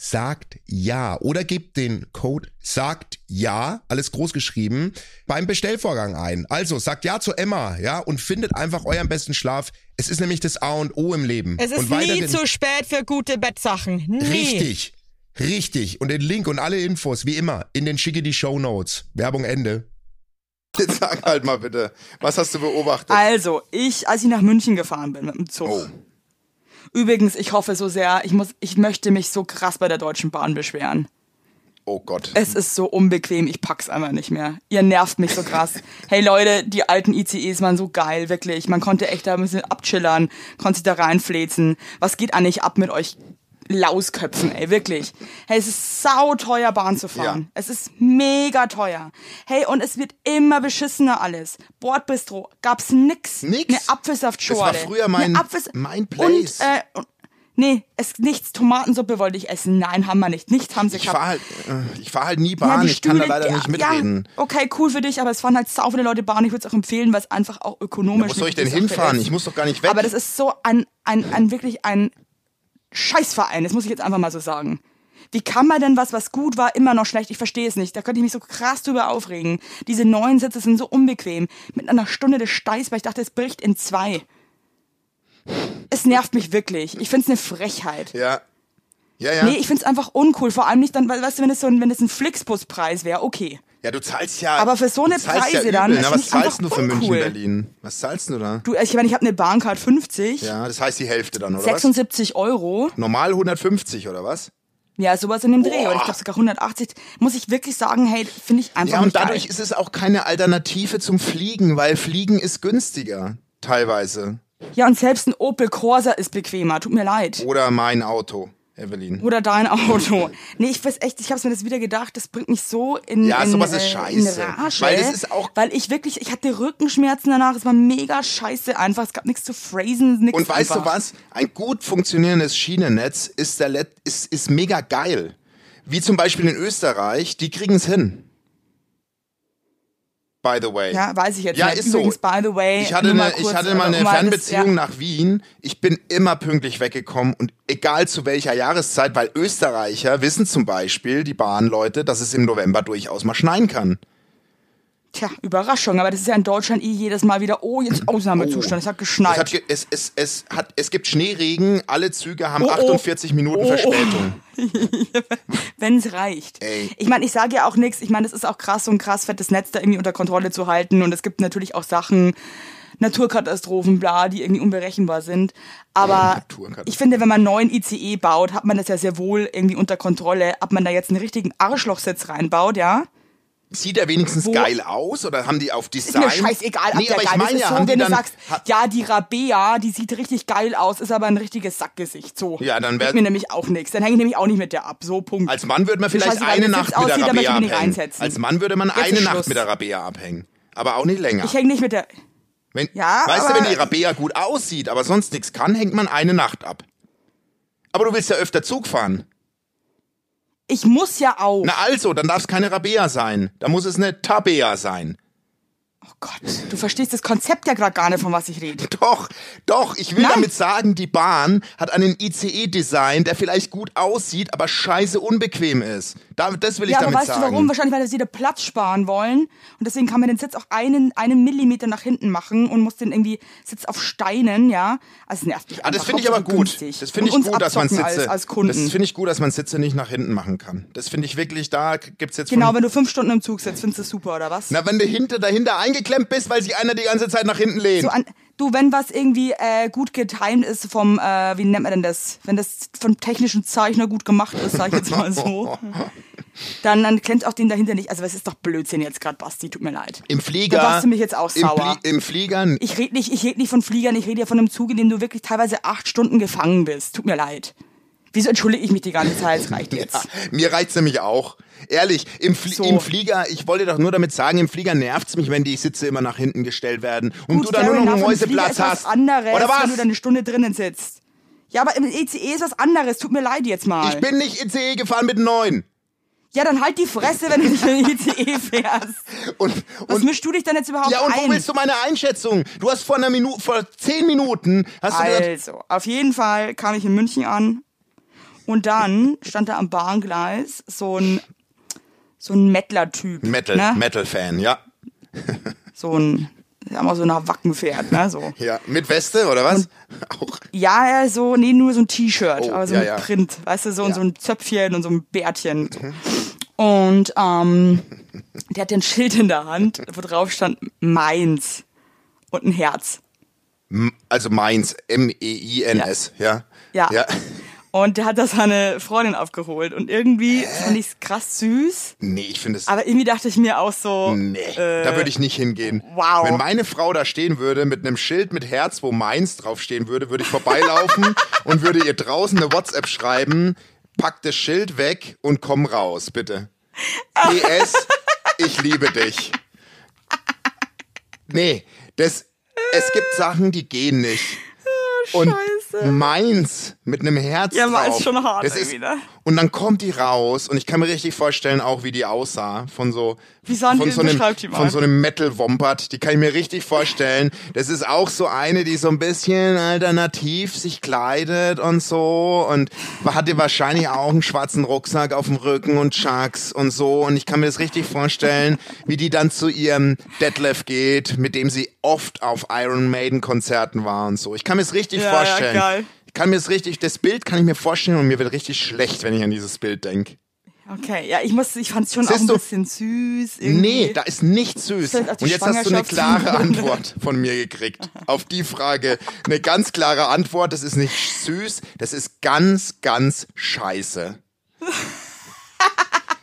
D: sagt ja oder gebt den Code sagt ja, alles groß geschrieben, beim Bestellvorgang ein. Also sagt ja zu Emma, ja, und findet einfach euren besten Schlaf. Es ist nämlich das A und O im Leben.
E: Es ist
D: und
E: nie
D: weiterhin-
E: zu spät für gute Bettsachen. Nie.
D: Richtig. Richtig. Und den Link und alle Infos, wie immer, in den schicke die Show Notes. Werbung Ende.
A: Jetzt sag halt mal bitte, was hast du beobachtet?
B: Also, ich, als ich nach München gefahren bin mit dem Zug.
A: Oh.
B: Übrigens, ich hoffe so sehr, ich, muss, ich möchte mich so krass bei der Deutschen Bahn beschweren.
A: Oh Gott.
B: Es ist so unbequem, ich pack's einfach nicht mehr. Ihr nervt mich so krass. hey Leute, die alten ICEs waren so geil, wirklich. Man konnte echt da ein bisschen abchillern, konnte sich da reinflezen. Was geht eigentlich ab mit euch Lausköpfen, ey, wirklich. Hey, es ist sauteuer Bahn zu fahren.
A: Ja.
B: Es ist mega teuer. Hey, und es wird immer beschissener alles. Bordbistro, gab's nix.
A: Nix.
B: Eine Apfelsaftschorle.
A: Das war früher mein-
B: Eine Apfels
A: mein Place.
B: Und, äh, und- nee, es, nichts. Tomatensuppe wollte ich essen. Nein, haben wir nicht. Nichts haben sie
A: ich
B: gehabt.
A: fahre halt, äh, ich fahr halt nie Bahn, ich kann da
B: Stühle,
A: leider
B: ja,
A: nicht mitreden.
B: Ja, okay, cool für dich, aber es fahren halt sau viele Leute Bahn. Ich würde es auch empfehlen, weil es einfach auch ökonomisch
A: Ja, wo soll ich
B: eine
A: denn
B: gute Sache
A: hinfahren?
B: ist.
A: Ich muss doch gar nicht weg.
B: Aber das ist so ein, ein, ein wirklich ein Scheißverein, das muss ich jetzt einfach mal so sagen. Wie kann man denn was, was gut war, immer noch schlecht? Ich verstehe es nicht. Da könnte ich mich so krass drüber aufregen. Diese neuen Sitze sind so unbequem. Mit einer Stunde des Steiß, weil ich dachte, es bricht in zwei. Es nervt mich wirklich. Ich finde es eine Frechheit.
A: Ja. Ja, ja.
B: Nee, ich find's einfach uncool. Vor allem nicht dann, weil, weißt du, wenn es so ein, wenn es ein Flixbus-Preis wäre, okay.
A: ja, du zahlst ja.
B: Aber für so
A: du
B: eine
A: zahlst
B: Preise
A: ja
B: dann,
A: übel.
B: das
A: Na, was
B: finde ich einfach
A: zahlst du für München,
B: uncool.
A: Berlin? Was zahlst du da?
B: Du, also ich meine, ich habe eine Bahncard 50,
A: Ja, das heißt die Hälfte dann, oder was?
B: 76 Euro.
A: Normal 150, oder was?
B: Ja, sowas in dem Dreh.
A: Boah.
B: Oder ich glaube sogar 180. Muss ich wirklich sagen, hey, finde ich einfach
A: Ja, und
B: nicht
A: dadurch
B: geil.
A: ist es auch keine Alternative zum Fliegen, weil Fliegen ist günstiger. Teilweise.
B: Ja, und selbst ein Opel Corsa ist bequemer. Tut mir leid.
A: Oder mein Auto, Evelyn.
B: Oder dein Auto. Nee, ich weiß echt, ich hab's mir das wieder gedacht, das bringt mich so in
A: Ja,
B: in,
A: sowas ist
B: äh,
A: scheiße.
B: In Rage,
A: Weil das ist auch-
B: Weil ich wirklich, ich hatte Rückenschmerzen danach, es war mega scheiße einfach, es gab nichts zu phrasen, nichts
A: Und weißt
B: einfach.
A: du was? Ein gut funktionierendes Schienennetz ist, der Let ist, ist mega geil. Wie zum Beispiel in Österreich, die kriegen es hin. By the way.
B: Ja, weiß ich jetzt
A: Ja,
B: nicht.
A: ist so.
B: Übrigens, by the way,
A: ich hatte,
B: Äh, nur
A: eine,
B: mal kurz,
A: ich hatte mal
B: äh,
A: eine
B: um das-
A: Fernbeziehung
B: ja.
A: nach Wien. Ich bin immer pünktlich weggekommen und egal zu welcher Jahreszeit, weil Österreicher wissen zum Beispiel, die Bahnleute, dass es im November durchaus mal schneien kann.
B: Tja, Überraschung, aber das ist ja in Deutschland eh jedes Mal wieder, oh, jetzt Ausnahmezustand, es hat geschneit.
A: Es, hat ge es, es, es, hat, es gibt Schneeregen, alle Züge haben
B: Oh, oh.
A: 48 Minuten
B: Oh, oh.
A: Verspätung.
B: Wenn's reicht.
A: Ey.
B: Ich meine, ich sage ja auch nichts. Ich meine, es ist auch krass, so ein krass fettes Netz da irgendwie unter Kontrolle zu halten. Und es gibt natürlich auch Sachen, Naturkatastrophen, bla, die irgendwie unberechenbar sind. Aber
A: Naturkatastrophen.
B: ich finde, wenn man einen neuen ICE baut, hat man das ja sehr wohl irgendwie unter Kontrolle. Ob man da jetzt einen richtigen Arschlochsitz reinbaut, ja?
A: Sieht er wenigstens
B: Wo-
A: geil aus oder haben die auf
B: Ist
A: Design?
B: mir scheißegal, ob
A: nee,
B: der
A: aber ich
B: geil ist.
A: meine
B: ist
A: ja,
B: so,
A: haben die
B: wenn du
A: dann,
B: sagst,
A: ha-
B: ja, die Rabea, die sieht richtig geil aus, ist aber ein richtiges Sackgesicht. So.
A: Ja, dann Also- wär-
B: Ist mir nämlich auch nichts. Dann hänge ich nämlich auch nicht mit der ab. So, Punkt.
A: als Mann würde man
B: Mir
A: vielleicht
B: scheißegal,
A: eine
B: wie
A: Nacht
B: sieht's
A: mit der
B: aussieht, aber ich
A: Rabea
B: will mich
A: abhängen.
B: reinsetzen.
A: Als Mann würde man
B: Jetzt
A: eine
B: ist
A: Nacht
B: Schluss.
A: mit der Rabea abhängen, aber auch nicht länger.
B: ich hänge nicht mit der.
A: Wenn,
B: Ja,
A: weißt du,
B: aber-
A: wenn die Rabea gut aussieht, aber sonst nichts kann, hängt man eine Nacht ab. Aber du willst ja öfter Zug fahren.
B: Ich muss ja auch.
A: Na also, dann darf es keine Rabea sein. Da muss es eine Tabea sein.
B: Oh Gott, du verstehst das Konzept ja gerade gar nicht, von was ich rede.
A: Doch, doch, ich will
B: Nein.
A: damit sagen, die Bahn hat einen ICE-Design, der vielleicht gut aussieht, aber scheiße unbequem ist. Da, das will ich
B: Ja, aber
A: damit
B: weißt
A: sagen.
B: du warum? Wahrscheinlich, weil sie da Platz sparen wollen. Und deswegen kann man den Sitz auch einen, einen Millimeter nach hinten machen und muss den irgendwie Sitz auf Steinen, ja. Also es nervt mich
A: Ah, das
B: einfach.
A: finde ich aber
B: Hauptsache
A: gut.
B: günstig.
A: Das finde
B: Und
A: ich
B: uns
A: gut, dass man Sitze.
B: abzocken Als, als Kunden.
A: Das finde ich gut, dass man Sitze nicht nach hinten machen kann. Das finde ich wirklich, da gibt's jetzt
B: genau,
A: von-
B: wenn du fünf Stunden im Zug sitzt, findest du das super, oder was?
A: Na, wenn du hinter dahinter eingeklemmt bist, weil sich einer die ganze Zeit nach hinten lehnt.
B: so an, du, wenn was irgendwie äh, gut getimt ist vom, äh, wie nennt man denn das? Wenn das vom technischen Zeichner gut gemacht ist, sag ich jetzt mal so,
A: Oh,
B: dann, dann klemmt auch den dahinter nicht. Also das ist doch Blödsinn jetzt gerade, Basti, tut mir leid.
A: Im Flieger.
B: Da warst du mich jetzt auch
A: im
B: sauer.
A: Flie- Im Flieger.
B: Ich rede nicht, ich red nicht von Fliegern, ich rede ja von einem Zug, in dem du wirklich teilweise acht Stunden gefangen bist. Tut mir leid. Wieso entschuldige ich mich die ganze Zeit? Es reicht jetzt.
A: Ja, Ah, mir reicht's nämlich auch. Ehrlich, im, Flie
B: So.
A: im Flieger, ich wollte doch nur damit sagen, im Flieger nervt's mich, wenn die Sitze immer nach hinten gestellt werden und
B: Gut,
A: du da
B: fair
A: nur noch einen
B: enough, im Flieger
A: Mäuseplatz
B: ist was
A: hast.
B: anderes,
A: Oder
B: Wenn du
A: was?
B: da eine Stunde drinnen sitzt. E Ja, aber im ECE ist was anderes. Tut mir leid jetzt mal.
A: Ich bin nicht ICE gefahren mit neun.
B: Ja, dann halt die Fresse, wenn du nicht in den ICE E fährst.
A: Und,
B: Was
A: und,
B: mischst du dich denn jetzt überhaupt
A: ja, und
B: ein?
A: wo willst du meine Einschätzung? Du hast vor einer Minute, vor zehn Minuten, hast du gesagt,
B: Also, auf jeden Fall kam ich in München an und dann stand da am Bahngleis so ein so ein Mettler-Typ.
A: Metal,
B: ne?
A: Metal-Fan, ja.
B: So ein, sagen wir so nach Wackenpferd, ne? So.
A: Ja, mit Weste oder was? Auch.
B: Ja, ja, so, nee, nur so ein T-Shirt,
A: Oh,
B: aber so
A: ja,
B: mit
A: ja. Mhm.
B: Print, weißt du, so, und so ein Zöpfchen und so ein Bärtchen. So. Und ähm, der hat ein Schild in der Hand, wo drauf stand Mainz und ein Herz.
A: M- Also Mainz, M-E-I-N-S, ja.
B: Ja.
A: ja.
B: Und der hat da seine Freundin abgeholt und irgendwie fand ich's krass süß,
A: Nee, ich finde es.
B: aber irgendwie dachte ich mir auch so,
A: Nee,
B: äh,
A: da würde ich nicht hingehen.
B: wow.
A: Wenn meine Frau da stehen würde mit einem Schild mit Herz, wo Mainz draufstehen würde, würde ich vorbeilaufen und würde ihr draußen eine WhatsApp schreiben, pack das Schild weg und komm raus, bitte. PS, ich liebe dich. Nee, das, es gibt Sachen, die gehen nicht. Und
B: Ah, Scheiße.
A: Mainz mit einem Herz
B: Ja,
A: drauf.
B: aber ist schon hart
A: das ist,
B: irgendwie, ne?
A: Und dann kommt die raus und ich kann mir richtig vorstellen auch, wie die aussah von so
B: Wie sahen
A: von
B: die-
A: so einem,
B: beschreib die mal.
A: von so einem Metal Wompert. Die kann ich mir richtig vorstellen. Das ist auch so eine, die so ein bisschen alternativ sich kleidet und so und hatte wahrscheinlich auch einen schwarzen Rucksack auf dem Rücken und Chucks und so. Und ich kann mir das richtig vorstellen, wie die dann zu ihrem Detlef geht, mit dem sie oft auf Iron Maiden Konzerten war und so. Ich kann mir das richtig
B: Ja, ja,
A: vorstellen.
B: geil.
A: Ich kann mir das richtig, das Bild kann ich mir vorstellen und mir wird richtig schlecht, wenn ich an dieses Bild denke.
B: okay, ja, ich muss, ich fand's schon
A: Siehst
B: auch ein
A: du-
B: bisschen süß. Irgendwie.
A: Nee, da ist nichts süß.
B: Vielleicht auch die
A: Und jetzt hast du eine
B: Schwangerschaft.
A: klare Antwort von mir gekriegt. Auf die Frage. Eine ganz klare Antwort. Das ist nicht süß. Das ist ganz, ganz scheiße.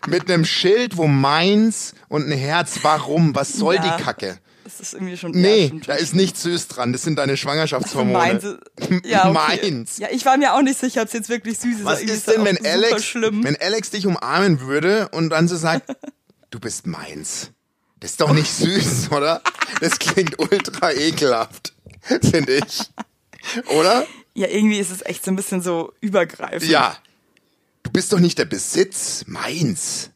A: Mit einem Schild, wo meins und ein Herz. Warum? Was soll
B: Ja.
A: die Kacke?
B: Das ist irgendwie schon. ja,
A: Nee,
B: stimmt
A: da
B: schon.
A: ist nichts süß dran. Das sind deine Schwangerschaftshormone.
B: Meins. Ja, okay.
A: Meins.
B: Ja, ich war mir auch nicht sicher, ob es jetzt wirklich süß ist. aber
A: Was
B: irgendwie
A: ist
B: das
A: denn,
B: auch
A: wenn
B: super
A: Alex,
B: Schlimm.
A: wenn Alex dich umarmen würde und dann so sagt, du bist meins? Das ist doch nicht süß, oder? Das klingt ultra ekelhaft, finde ich. Oder?
B: ja, irgendwie ist es echt so ein bisschen so übergreifend.
A: Ja. Du bist doch nicht der Besitz, meins.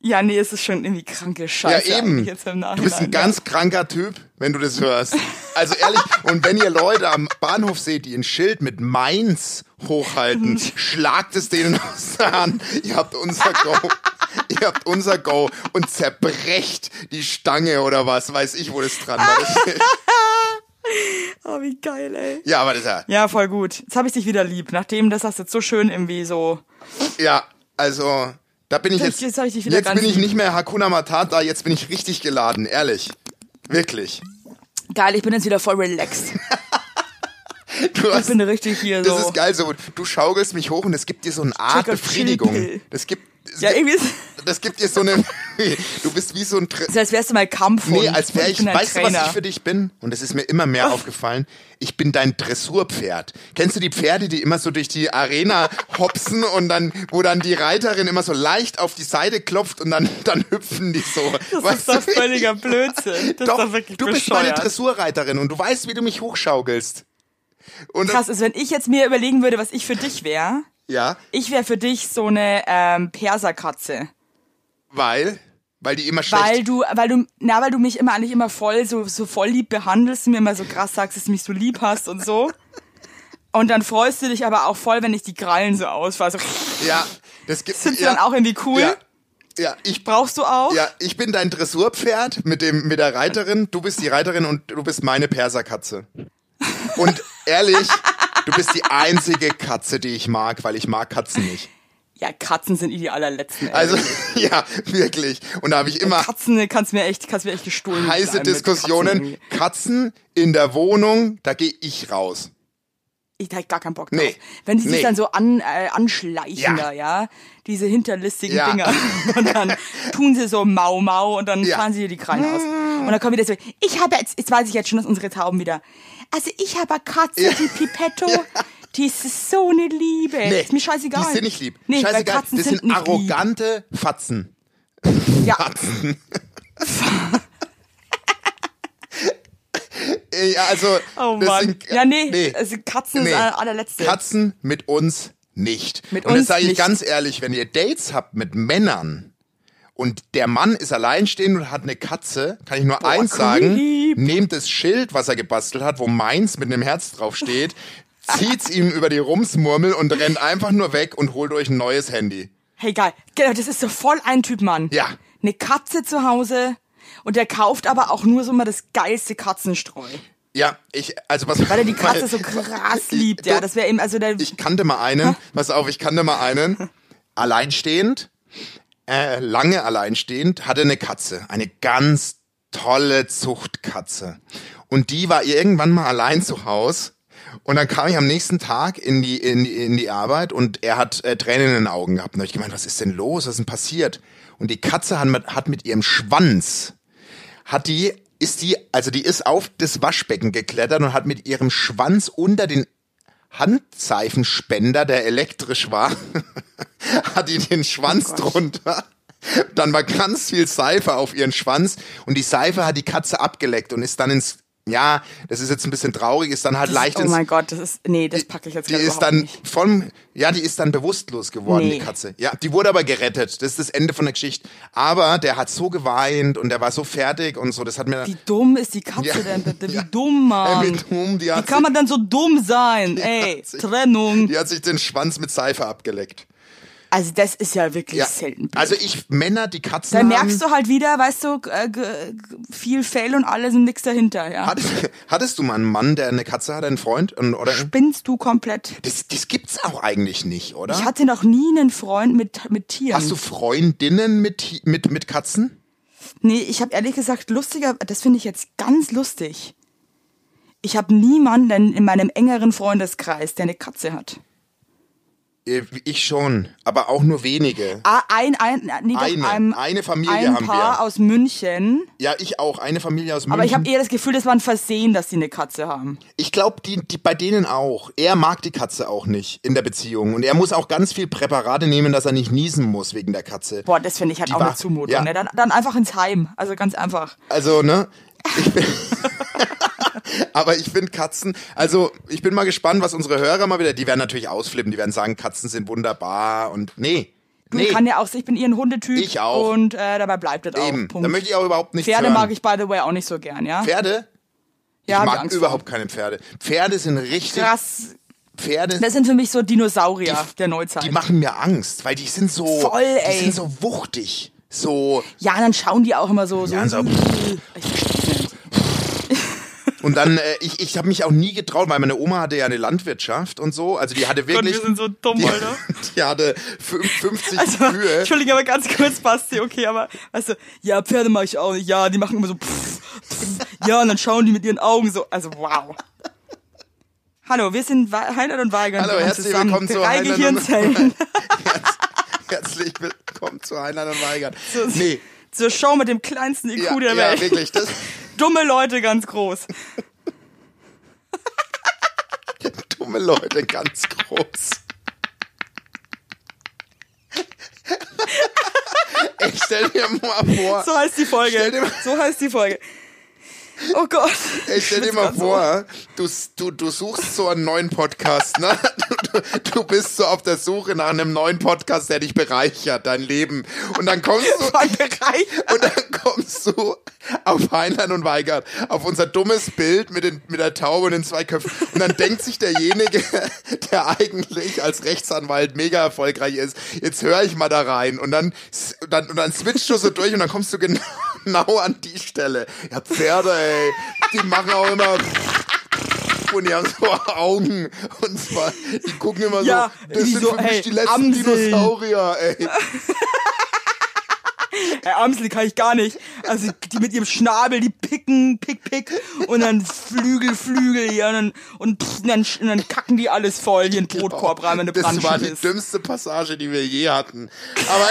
B: Ja, nee, es ist schon irgendwie kranke
A: Ja,
B: Scheiße. eigentlich
A: eben.
B: Jetzt im
A: Du bist ein
B: Nachhinein. ne?
A: ganz kranker Typ, wenn du das hörst. Also ehrlich, und wenn ihr Leute am Bahnhof seht, die ein Schild mit Mainz hochhalten, schlagt es denen aus der Hand. Ihr habt unser Go. Ihr habt unser Go und zerbrecht die Stange oder was, weiß ich, wo das dran war. Das
B: Oh, wie geil, ey.
A: ja, aber das ist ja,
B: Ja, voll gut. Jetzt habe ich dich wieder lieb. Nachdem das hast du jetzt so schön irgendwie so.
A: ja, also, da bin ich jetzt,
B: Jetzt- jetzt hab ich dich wieder
A: jetzt
B: ganz
A: bin ich
B: lieb.
A: nicht mehr Hakuna Matata, jetzt bin ich richtig geladen, ehrlich. Wirklich.
B: Geil, ich bin jetzt wieder voll relaxed.
A: Du
B: Ich bin richtig hier
A: Das
B: so.
A: ist geil, so du schaukelst mich hoch und es gibt dir so eine Art
B: Trick or
A: Befriedigung.
B: treat.
A: Das gibt, es
B: Ja,
A: gibt,
B: irgendwie ist
A: das gibt dir so eine. Du bist wie so ein. Tr
B: es, als wärst du mal Kampfhund.
A: nee, als wäre
B: Und
A: ich.
B: bin ein
A: weißt du, was
B: Trainer.
A: ich für dich bin? Und das ist mir immer mehr aufgefallen. Ich bin dein Dressurpferd. Kennst du die Pferde, die immer so durch die Arena hopsen und dann, wo dann die Reiterin immer so leicht auf die Seite klopft und dann, dann hüpfen die so.
B: Das ist
A: Weißt
B: doch
A: du, wie ich
B: völliger Blödsinn. Das
A: doch,
B: ist doch wirklich
A: du bist meine
B: bescheuert.
A: Dressurreiterin und du weißt, wie du mich hochschaukelst. Und
B: Krass ist, wenn ich jetzt mir überlegen würde, was ich für dich wäre.
A: ja,
B: Ich wäre für dich so eine ähm, Perserkatze.
A: weil weil die immer schlecht
B: Weil du, weil du, na, weil du mich immer eigentlich immer voll, so, so voll lieb behandelst und mir immer so krass sagst, dass du mich so lieb hast und so. Und dann freust du dich aber auch voll, wenn ich die Krallen so ausfahre. So,
A: Ja, das gibt
B: sind sie
A: ja,
B: dann auch irgendwie cool?
A: Ja, ja, ich
B: Brauchst du auch?
A: ja, ich bin dein Dressurpferd mit dem mit der Reiterin, du bist die Reiterin und du bist meine Perserkatze. Und ehrlich, du bist die einzige Katze, die ich mag, weil ich mag Katzen nicht.
B: Ja, Katzen sind eh die allerletzten. Ey.
A: Also ja, wirklich. Und da habe ich immer
B: Katzen kannst mir echt, kannst mir echt gestohlen.
A: heiße
B: bleiben mit Katzen.
A: Diskussionen. Katzen in der Wohnung, da gehe ich raus.
B: Ich hätte gar keinen Bock drauf.
A: Nee.
B: Wenn die sich
A: Nee.
B: dann so an, äh, anschleichen
A: Ja.
B: da, ja. Diese hinterlistigen
A: Ja.
B: Dinger. Und dann tun sie so Mau Mau und dann
A: Ja. Mm.
B: fahren sie dir die Krallen aus. Und dann kommen wieder so, ich habe jetzt, jetzt weiß ich jetzt schon, dass unsere Tauben wieder. Also ich habe eine Katze, die Pipetto, die ist so eine Liebe. ist mir scheißegal.
A: Die sind nicht lieb.
B: Nee, weil
A: scheißegal.
B: Katzen
A: das
B: sind,
A: sind,
B: nicht
A: arrogante Fatzen.
B: Lieb. Ja,
A: Katzen. Äh, ja, also
B: oh
A: das
B: Mann.
A: sind,
B: Ja, nee,
A: nee.
B: Also Katzen
A: Nee.
B: ist allerletzte.
A: Katzen mit uns nicht.
B: Mit
A: und
B: uns
A: das sage ich
B: nicht.
A: ganz ehrlich, wenn ihr Dates habt mit Männern und der Mann ist alleinstehend und hat eine Katze, kann ich nur eins sagen,
B: creep.
A: nehmt das Schild, was er gebastelt hat, wo meins mit einem Herz drauf steht, zieht's ihm über die Rumsmurmel und rennt einfach nur weg und holt euch ein neues Handy.
B: Hey, geil. Genau, das ist so voll ein Typ, Mann.
A: Ja.
B: Eine Katze zu Hause und der kauft aber auch nur so mal das geilste Katzenstreu.
A: Ja, ich, also was
B: Weil er die Katze so krass liebt, ja. Das wäre eben, also der.
A: ich kannte mal einen, pass auf, ich kannte mal einen, alleinstehend, äh, lange alleinstehend, hatte eine Katze, eine ganz tolle Zuchtkatze. Und die war irgendwann mal allein zu Haus. Und dann kam ich am nächsten Tag in die, in die, in die Arbeit und er hat äh, Tränen in den Augen gehabt. Und da hab ich gemeint, was ist denn los? Was ist denn passiert? Und die Katze hat mit, hat mit ihrem Schwanz hat die, ist die, also die ist auf das Waschbecken geklettert und hat mit ihrem Schwanz unter den Handseifenspender, der elektrisch war, hat die den
B: Oh
A: Schwanz drunter. Dann war ganz viel Seife auf ihren Schwanz und die Seife hat die Katze abgeleckt und ist dann ins, ja, das ist jetzt ein bisschen traurig, ist dann halt leicht
B: oh
A: ins,
B: mein Gott, das ist. Nee, das packe ich jetzt
A: die
B: gerade
A: ist
B: überhaupt
A: dann
B: nicht.
A: vom, ja, die ist dann bewusstlos geworden, die
B: Nee.
A: Katze. Ja, die wurde aber gerettet. Das ist das Ende von der Geschichte. Aber der hat so geweint und der war so fertig und so. Das hat mir
B: Wie dumm ist die Katze
A: Ja.
B: denn bitte? Wie
A: Ja.
B: dumm, Mann.
A: Ey, wie dumm, die
B: Ähm, Wie
A: hat
B: kann
A: sich-
B: man dann so dumm sein? Ey,
A: hat sich-
B: Trennung.
A: die hat sich den Schwanz mit Seife abgeleckt.
B: Also das ist ja wirklich
A: Ja.
B: selten.
A: Also ich Männer, die Katzen
B: Da
A: haben,
B: merkst du halt wieder, weißt du, äh, ge- ge- viel Fail und alles und nix dahinter, ja.
A: Hattest, hattest du mal einen Mann, der eine Katze hat, einen Freund und, oder
B: Spinnst du komplett?
A: das, das gibt's auch eigentlich nicht, oder?
B: Ich hatte noch nie einen Freund mit, mit Tieren.
A: Hast du Freundinnen mit mit mit Katzen?
B: Nee, ich habe ehrlich gesagt lustiger, das finde ich jetzt ganz lustig. Ich habe niemanden in meinem engeren Freundeskreis, der eine Katze hat.
A: Äh, Ich schon, aber auch nur wenige.
B: Ah, Ein, ein, nee, doch,
A: Eine,
B: ein,
A: eine Familie
B: ein
A: haben
B: Paar
A: wir.
B: aus München.
A: Ja, ich auch. Eine Familie aus München.
B: Aber ich eh- habe eher das Gefühl, das war ein Versehen, dass die eine Katze haben.
A: Ich glaube, die, die, bei denen auch. Er mag die Katze auch nicht in der Beziehung. Und er muss auch ganz viel Präparate nehmen, dass er nicht niesen muss wegen der Katze.
B: Boah, das finde ich halt
A: Die
B: auch
A: war-
B: eine Zumutung.
A: ja.
B: Ne? Dann, dann einfach ins Heim. Also ganz einfach.
A: Also, ne? Ich bin Aber ich finde Katzen, also ich bin mal gespannt, was unsere Hörer mal wieder, die werden natürlich ausflippen, die werden sagen, Katzen sind wunderbar und nee.
B: Du
A: nee,
B: kann ja auch, ich bin ihren Hundetyp.
A: Ich auch.
B: Und äh, dabei bleibt es auch.
A: eben.
B: Punkt.
A: Da möchte ich auch überhaupt nichts
B: Pferde
A: hören.
B: mag ich, by the way, auch nicht so gern, ja?
A: Pferde? ich
B: ja, hab
A: mag
B: Angst vor.
A: überhaupt keine Pferde. Pferde sind richtig,
B: Krass.
A: Pferde
B: Das sind für mich so Dinosaurier der Neuzeit.
A: die machen mir Angst, weil die sind so,
B: Voll,
A: die
B: ey.
A: sind so wuchtig, so
B: ja, und dann schauen die auch immer so. so, "Hm,
A: Ja, und so-
B: Ich versteck's nicht.
A: Und dann, äh, ich, ich habe mich auch nie getraut, weil meine Oma hatte ja eine Landwirtschaft und so. Also die hatte wirklich.
B: wir sind so dumm,
A: die,
B: Alter.
A: Die hatte fünf- 50
B: Also,
A: Kühe.
B: Entschuldigung, aber ganz kurz, Basti, okay, aber, weißt du, ja, Pferde mache ich auch nicht, ja, die machen immer so, pff, pff, ja, und dann schauen die mit ihren Augen so, also, wow. Hallo, wir sind Wa- Heinlein und Weigand.
A: Hallo,
B: wir waren
A: herzlich
B: zusammen.
A: willkommen zu
B: Drei
A: Heinlein und-
B: Gehirnzellen.
A: Herzlich willkommen zu Heinlein und Weigert.
B: So-
A: Nee.
B: Zur Show mit dem kleinsten IQ
A: Ja,
B: der
A: ja,
B: Welt.
A: wirklich. Das,
B: Dumme Leute ganz groß.
A: dumme Leute, ganz groß. Ich stell dir mal vor.
B: So heißt die
A: Ah. Stell dir
B: Folge.
A: mal-
B: So heißt die Folge. Oh Gott.
A: Ey, stell dir mal vor, du, du, du suchst so einen neuen Podcast, ne? Du, du, du bist so auf der Suche nach einem neuen Podcast, der dich bereichert, dein Leben. Und dann kommst du,
B: Voll Bereich.
A: und dann kommst du auf Heinlein und Weigert, auf unser dummes Bild mit, den, mit der Taube und den zwei Köpfen. Und dann denkt sich derjenige, der eigentlich als Rechtsanwalt mega erfolgreich ist, jetzt höre ich mal da rein. Und dann, s- dann, und dann switchst du so durch und dann kommst du genau, genau an die Stelle. Ja, Pferde, ey, die machen auch immer... Und die haben so Augen. Und zwar, die gucken immer
B: Ja,
A: so, das
B: die
A: sind
B: so,
A: für mich
B: ey,
A: die letzten
B: Amseln.
A: Dinosaurier, ey.
B: Herr Amsel kann ich gar nicht. Also die mit ihrem Schnabel, die picken, pick, pick und dann Flügel, Flügel ja, und, dann, und, pff, und, dann, sch- und dann kacken die alles voll, hier in den Brotkorb rein, wenn eine
A: Genau. Das war
B: Brandschicht
A: die
B: ist.
A: dümmste Passage, die wir je hatten. Aber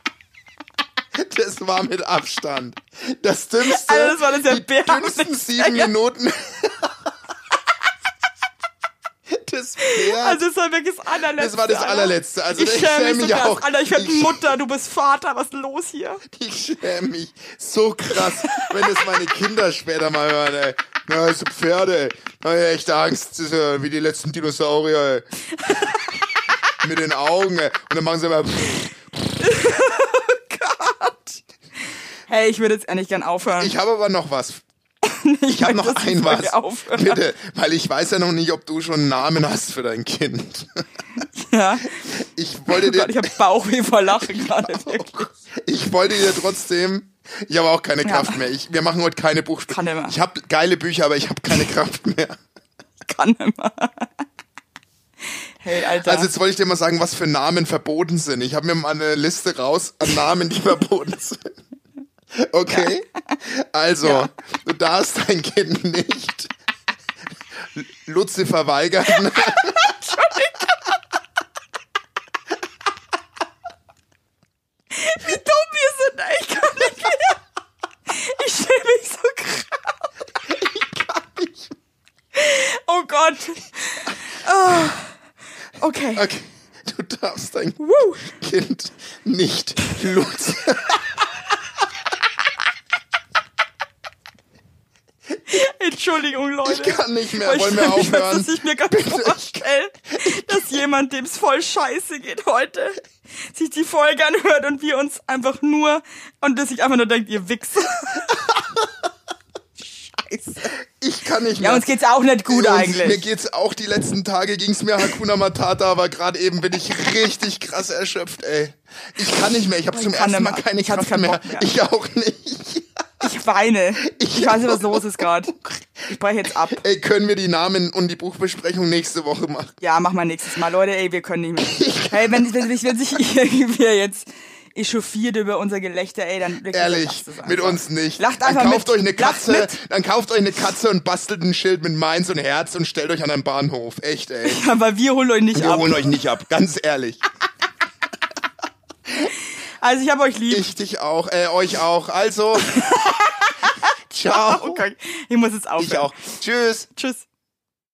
A: das war mit Abstand. Das dümmste.
B: Alter, Also das war das
A: die
B: erbärmlichste.
A: dümmsten sieben Minuten. Das, wär,
B: Also das war wirklich das allerletzte.
A: Das war das
B: Alter.
A: allerletzte. Also
B: ich
A: ich schäm
B: schäme mich,
A: mich
B: so krass.
A: auch.
B: Alter, ich werde
A: Ich-
B: Mutter, du bist Vater, was ist denn los hier?
A: ich schäme mich so krass, wenn das meine Kinder später mal hören. Ey. Na, das sind Pferde. Na, ja, echt Angst. Das ist ja wie die letzten Dinosaurier, ey. Mit den Augen, ey. Und dann machen sie immer.
B: Hey, ich würde jetzt endlich gern aufhören.
A: Ich habe aber noch was. Ich habe noch
B: möchte, dass die
A: ein was.
B: Folge aufhört.
A: Bitte, weil ich weiß ja noch nicht, ob du schon einen Namen hast für dein Kind.
B: ja.
A: Ich
B: Oh
A: wollte dir,
B: Gott, ich habe Bauchweh vor Lachen gerade. wirklich.
A: ich wollte dir trotzdem. Ich habe auch keine Kraft mehr. Ich, wir machen heute keine
B: Kann
A: Buchspiele.
B: immer.
A: Ich habe geile Bücher, aber ich habe keine Kraft mehr.
B: Kann immer. Hey, Alter.
A: Also jetzt wollte ich dir mal sagen, was für Namen verboten sind. Ich habe mir mal eine Liste raus an Namen, die verboten sind. Okay? Also, du darfst dein Kind nicht Luzi verweigern.
B: wie dumm wir sind, ey, ich kann nicht mehr. Ich schäme mich so krass. Oh Gott. Ah. Okay.
A: Okay. Du darfst dein
B: Woo.
A: Kind nicht Luzi.
B: Entschuldigung, Leute.
A: Ich kann nicht mehr.
B: Weil
A: Wollen wir
B: ich weiß,
A: aufhören?
B: dass ich mir gar nicht vorstelle, dass jemand, dem es voll scheiße geht heute, sich die Folge anhört und wir uns einfach nur und dass ich einfach nur denkt, ihr Wichser.
A: Ich kann nicht mehr.
B: Ja, uns geht's auch nicht gut
A: Und Mir
B: eigentlich.
A: geht's auch die letzten Tage ging's mir Hakuna Matata, aber gerade eben bin ich richtig krass erschöpft, ey. Ich kann nicht mehr. Ich habe zum
B: kann
A: ersten Mal
B: nicht mehr.
A: keine
B: Ich hab
A: Kraft
B: keinen
A: mehr.
B: Bock mehr.
A: Ich auch nicht.
B: Ich weine. Ich weiß nicht, was los ist gerade. Ich breche jetzt ab.
A: Ey, können wir die Namen und die Buchbesprechung nächste Woche machen?
B: Ja, mach mal nächstes Mal. Leute, ey, wir können nicht mehr. Hey, wenn, wenn, sich- wenn sich irgendwie jetzt echauffiert über unser Gelächter, ey, dann wirklich,
A: Ehrlich,
B: lasst es einfach.
A: mit uns nicht.
B: Lacht
A: dann
B: einfach
A: kauft
B: mit.
A: euch eine
B: Lacht
A: Katze,
B: mit.
A: dann kauft euch eine Katze und bastelt ein Schild mit Mainz und Herz und stellt euch an einen Bahnhof. Echt, ey.
B: Aber wir holen euch nicht
A: Wir
B: ab.
A: holen euch nicht ab, ganz ehrlich.
B: Also ich hab euch lieb.
A: Ich dich auch, äh, euch auch. Also, ciao.
B: Okay. Ich muss jetzt aufhören.
A: Ich auch. Tschüss.
B: Tschüss.